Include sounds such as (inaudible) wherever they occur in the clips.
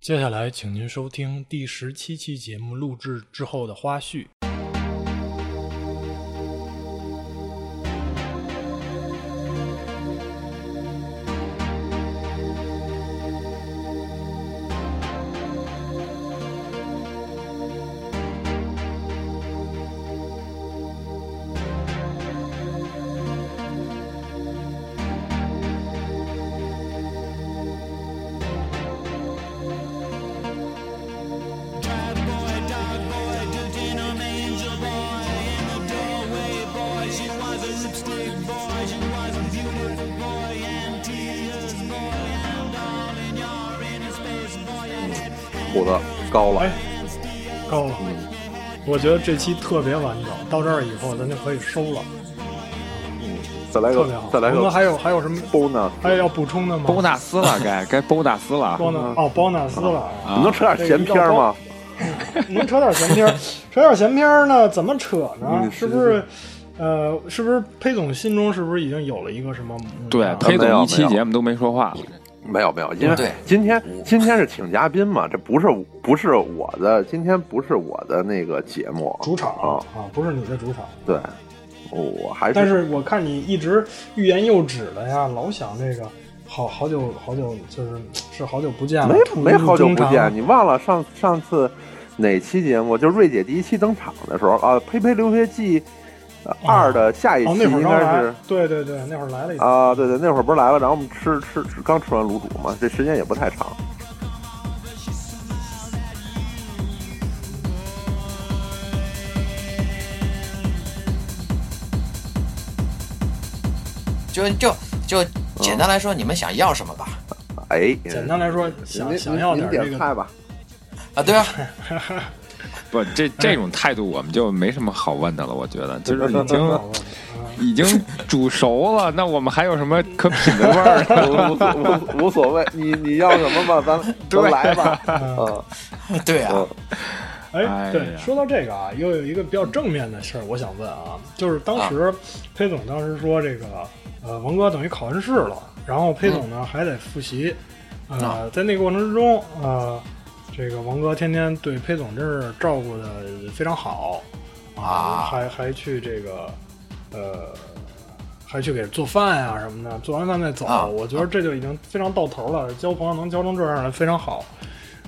接下来，请您收听第十七期节目录制之后的花絮。 Bad boy, dog boy, Dutino angel boy in the doorway boy. She was a lipstick boy, she was a beautiful boy, and tears boy, and all in your inner space boy. I had 虎子高了，哎，够了，我觉得这期特别完整，到这儿以后咱就可以收了，再来特别个好。，哎再来我们个还有还有什么？ bonus，还有要补充的吗？ (laughs) 包纳斯了，该该包纳斯了。包嗯纳哦，包纳斯了。你能扯点闲篇吗？能扯点闲篇儿，扯点闲篇儿呢？怎么扯呢？嗯是不是？呃，是不是裴总心中是不是已经有了一个什么目标？对，裴总一期节目都没说 (laughs) 话，没有没有，因为对今天今天是请嘉宾嘛，这不是不是我的，今天不是我的那个节目，主场啊，啊，不是你的主场。对，我还但是是我看你一直欲言又止的呀，老想这个，好好久好久就是是好久不见了，没没好久不突如见，其你忘了上上次哪期节目？就是瑞姐第一期登场的时候啊，《呸呸留学记》呃二的下一来。哦，期那会儿应刚该来是。，对对对，那会儿来了一次。啊，对对，那会儿不是来了，然后我们吃吃吃，刚吃完卤煮嘛，这时间也不太长。就就就嗯简单来说，你们想要什么吧？哎，简单来说，想您想要您点您这点菜个， (laughs) 吧。(laughs) 啊，对啊，不，这这种态度我们就没什么好问的了。我觉得就是已 (laughs) 经好吧已经煮熟了，那我们还有什么可品的味 (laughs) 儿啊呢？无所无无所谓，你你要什么吧， (laughs) 咱咱来吧。嗯，对啊，哎，哎对，呀说到这个啊，又有一个比较正面的事儿，我想问啊，就是当时裴总当时说这个，呃，文哥等于考完试了，然后裴总呢、还得复习，呃，在那个过程之中，呃，这个王哥天天对裴总真是照顾的非常好啊还还去这个，呃。还去给做饭呀、什么的，做完饭再走，啊我觉得这就已经非常到头了。交朋友能交成这样的非常好。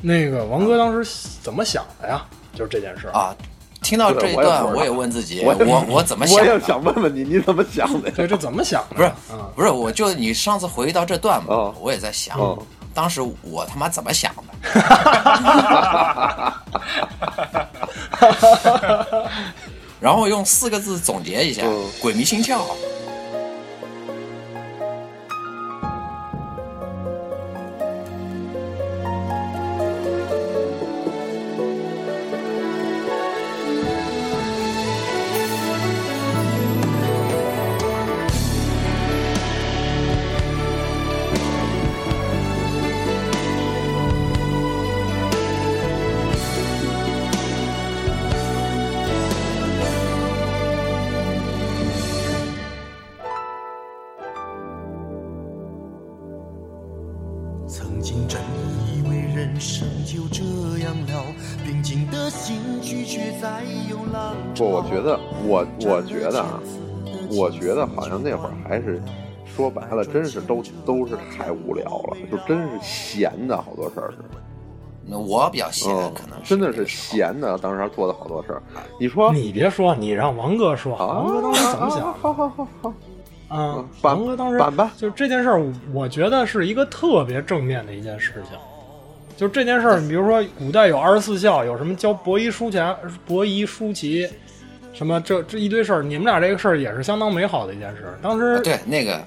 那个王哥当时怎么想的呀？就是这件事儿。啊，听到这对一我也段不知，道我也问自己，我也我我怎么我想也的？想问问你，你怎么想的？对，这怎么想的？不是啊，不是，我就你上次回忆到这段嘛哦，我也在想哦，当时我他妈怎么 (laughs) 想的？然后用四个字总结一下嗯，鬼迷心窍。曾经真以为人生就这样了，平静的心拒绝再有浪潮。不，我觉得，我我觉得啊，我觉得好像那会儿还是说白了，真是都都是太无聊了，就真是闲的好多事儿是。那我比较闲，嗯可能，真的那是个时候闲的，当时还做的好多事儿。啊你说你别说，你让王哥说，啊，王哥当时怎么想啊好好好好，啊？嗯板王哥当时板吧就是这件事儿，我觉得是一个特别正面的一件事情。就这件事儿，你比如说古代有二十四孝，有什么教伯夷叔钱、伯夷叔齐，什么这这一堆事儿，你们俩这个事儿也是相当美好的一件事。当时嗯啊对，那个，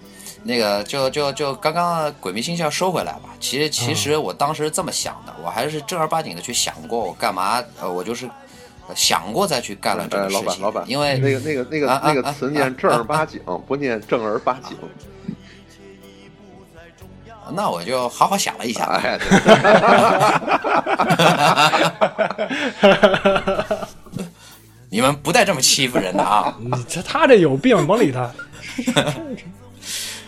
那个就就就刚刚鬼迷心窍收回来吧。其实其嗯实我当时这么想的，我还是正儿八经的去想过我干嘛，呃，我就是呃想过再去干了这哎，个事老情。板，老板，嗯因为那个、那个、那个、啊那啊个词念正儿八经，不念正儿八经。那我就好好想了一下，哎，对 (laughs) 你们不带这么欺负人的啊你这他这有病，甭理他。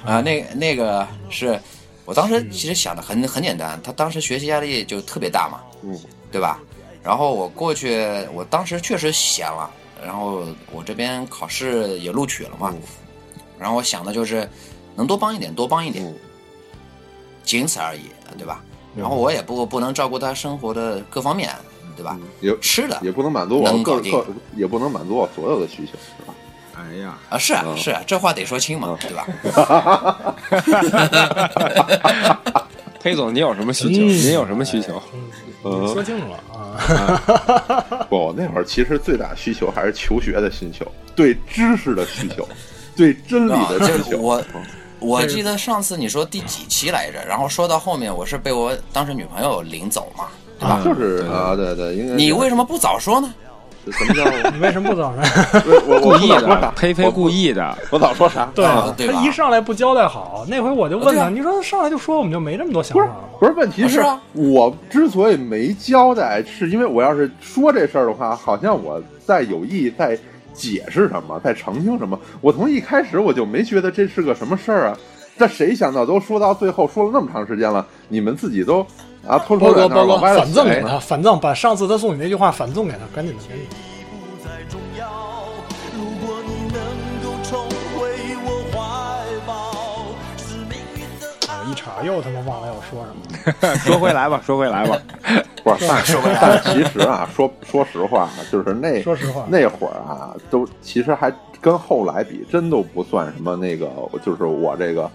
啊、那那个是我当嗯时其实想的很很简单，他当时学习压力就特别大嘛，嗯，对吧？然后我过去，我当时确实闲了，然后我这边考试也录取了嗯嘛，然后我想的就是能多帮一点，多帮一点，嗯仅此而已，对吧？然后我也不不能照顾他生活的各方面，对吧？也吃的嗯也不能满足我能各搞定各也不能满足我所有的需求，是吧？哎呀，啊，是啊嗯是啊，这话得说清嘛，对吧？ (laughs) 裴总，您有什么需求？嗯您有什么需求？你说清楚了啊。不，我那会儿其实最大需求还是求学的需求，对知识的需求，对 (laughs) 真理啊，的嗯需这求。我我记得上次你说第几期来着？然后说到后面，我是被我当时女朋友领走嘛。啊，就是对啊，对对，应该你为什什么不早说呢？么什么 (laughs) 叫你为什么不早上？我我 (laughs) 故我意早说的啥，？裴我裴故 (laughs) 意的。我早说啥？对啊对吧他一上来不交代好，那回我就问对啊他，你说上来就说我们就没这么多想不法是了吗？不是，问题啊是啊我之所以没交代，是因为我要是说这事儿的话，好像我在有意在解释什么，在澄清什么。我从一开始我就没觉得这是个什么事儿啊。这谁想到都说到最后说了那么长时间了，你们自己都啊偷偷包的哥，那包儿哥往，歪了反赠写给哎他，反赠把上次他送你那句话反赠给他，赶紧的，赶紧的。不再重要。如果你能够重回我怀抱，是命运的我一查又他妈忘了要说什么了。说回来吧，说回来吧。不是，但但其实啊，说说实话，就是那说实话那会儿啊，都其实还跟后来比，真都不算什么那个，就是我这个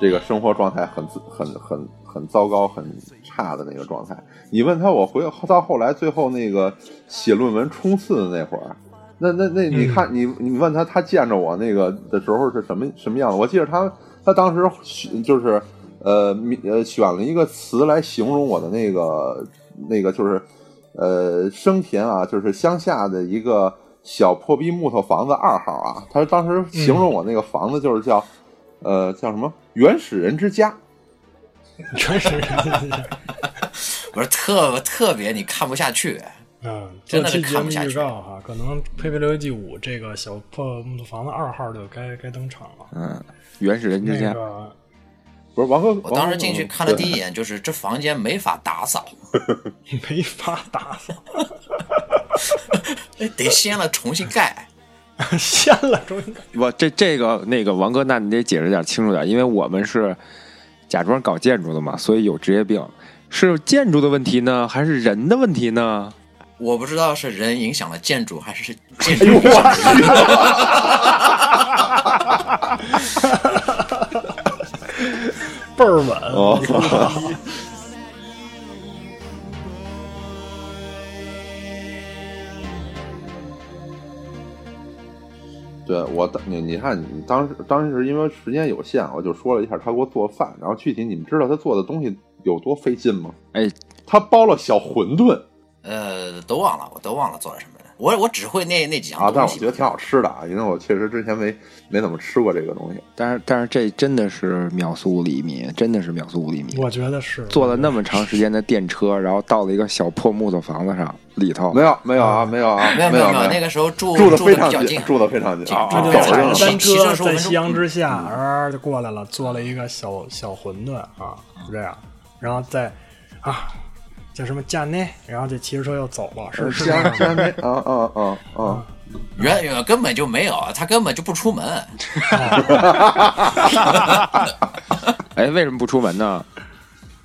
这个生活状态很自很很很糟糕、很差的那个状态。你问他，我回到后来最后那个写论文冲刺的那会儿。那那那，你看你你问他，他见着我那个的时候是什么什么样子？我记得他他当时选就是呃米呃选了一个词来形容我的那个那个就是呃生田啊，就是乡下的一个小破逼木头房子二号啊。他当时形容我那个房子就是叫、呃叫什么原始人之家，全是， (laughs) 我说特特别你看不下去，嗯，真这的是期节看目不下去预告哈，可能《佩佩六游记五》这个小破木头房子二号就该该登场啊了。嗯，原始人之那家，个 (laughs) 不是王哥，嗯我当时进去看了第一，一眼，就是这房间没法打扫，没法打扫， (laughs) 哎得掀了重新盖。掀了终于。我这这个那个王哥，那你得解释点清楚点，因为我们是假装搞建筑的嘛，所以有职业病。是建筑的问题呢，还是人的问题呢？我不知道是人影响了建筑，(laughs) 还是建哎筑呦影响了我去！倍儿稳，哦，对我当你你看你当时当时因为时间有限，啊我就说了一下他给我做饭，然后具体你们知道他做的东西有多费劲吗？哎，他包了小馄饨呃，都忘了，我都忘了做了什么了。我我只会那那几啊样，但东是我西觉得。挺好吃的啊，因为我确实之前没没怎么吃过这个东西。但是但是这真的是秒速五厘米，真的是秒速五厘米。我觉得是坐了那么长时间的电车，然后到了一个小破木头房子上里头没，有没有啊没有啊 (laughs) 没有没没有没没有，那个时候住住的的非比常较近近，，住的非常近，啊这就走踩着着呢。单骑车在车15分钟夕阳之下，嗯啊就过来了，做了一个小小馄饨啊，就这样，然后再啊叫什么架内，然后这骑着车又走了，呃是是这样香吗香那啊啊啊啊！远远根本就没有，他根本就不出门。哎，为什么不出门呢？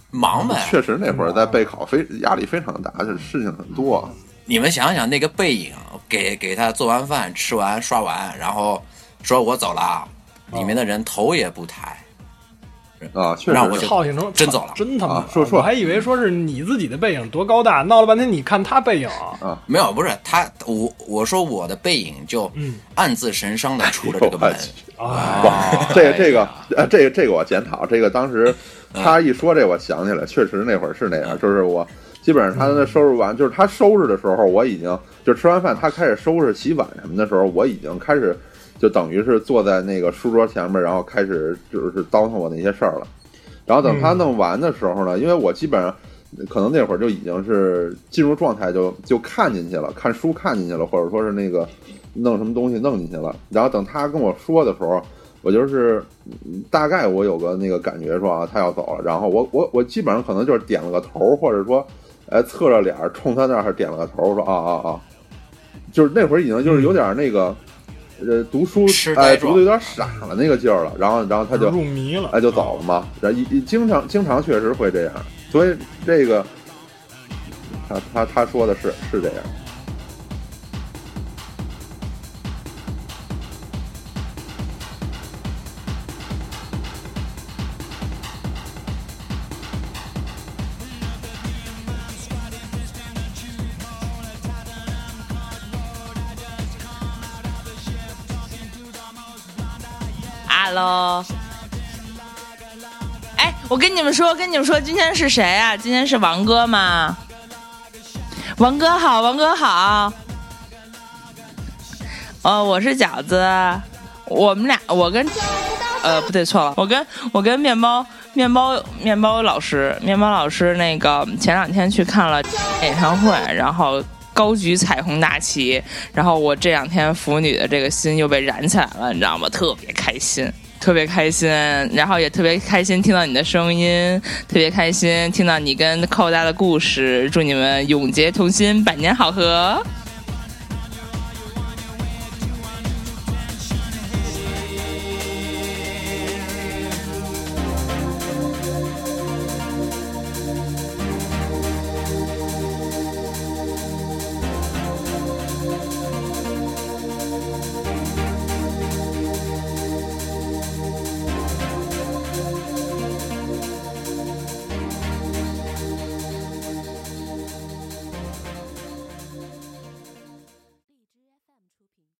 忙呗。确实那会儿在备考，非压力非常大，就是事情很多。啊你们想想那个背影，给给他做完饭、吃完、刷完，然后说我走了啊，里面的人头也不抬。啊，确实让我是就操性成真走了真他妈啊说说我还以为说是你自己的背影多高大，闹了半天你看他背影，啊没有，不是他，我我说我的背影就暗自神伤的出了这个门 (laughs) 我去。啊，这个这个呃，这个这个我检讨，这个当时他一说这，我想起来，确实那会儿是那样，就是我基本上他的收拾完，就是他收拾的时候，我已经就吃完饭，他开始收拾洗碗什么的时候，我已经开始就等于是坐在那个书桌前面，然后开始就是叨腾我那些事儿了。然后等他弄完的时候呢，因为我基本上可能那会儿就已经是进入状态就，就看进去了，看书看进去了，或者说是那个弄什么东西弄进去了。然后等他跟我说的时候，我就是嗯大概我有个那个感觉说啊，他要走了，然后我我我基本上可能就是点了个头，或者说，哎，侧着脸儿冲他那儿点了个头，说啊啊啊，就是那会儿已经就是有点那个，呃，读书痴呆哎状读的有点傻了那个劲儿了，然后然后他就入迷了，哎就走了嘛，然后一一经常经常确实会这样，所以这个他他他说的是是这样。 Hello。哎，我跟你们说，跟你们说，今天是谁啊？今天是王哥吗？王哥好，王哥好。哦，我是饺子，我们俩，我跟，呃，不对，错了，我跟我跟面包面包面包老师，面包老师那个前两天去看了演唱会，然后高举彩虹大旗，然后我这两天腐女的这个心又被燃起来了，你知道吗？特别开心，特别开心，然后也特别开心听到你的声音，特别开心听到你跟寇大的故事，祝你们永结同心，百年好合。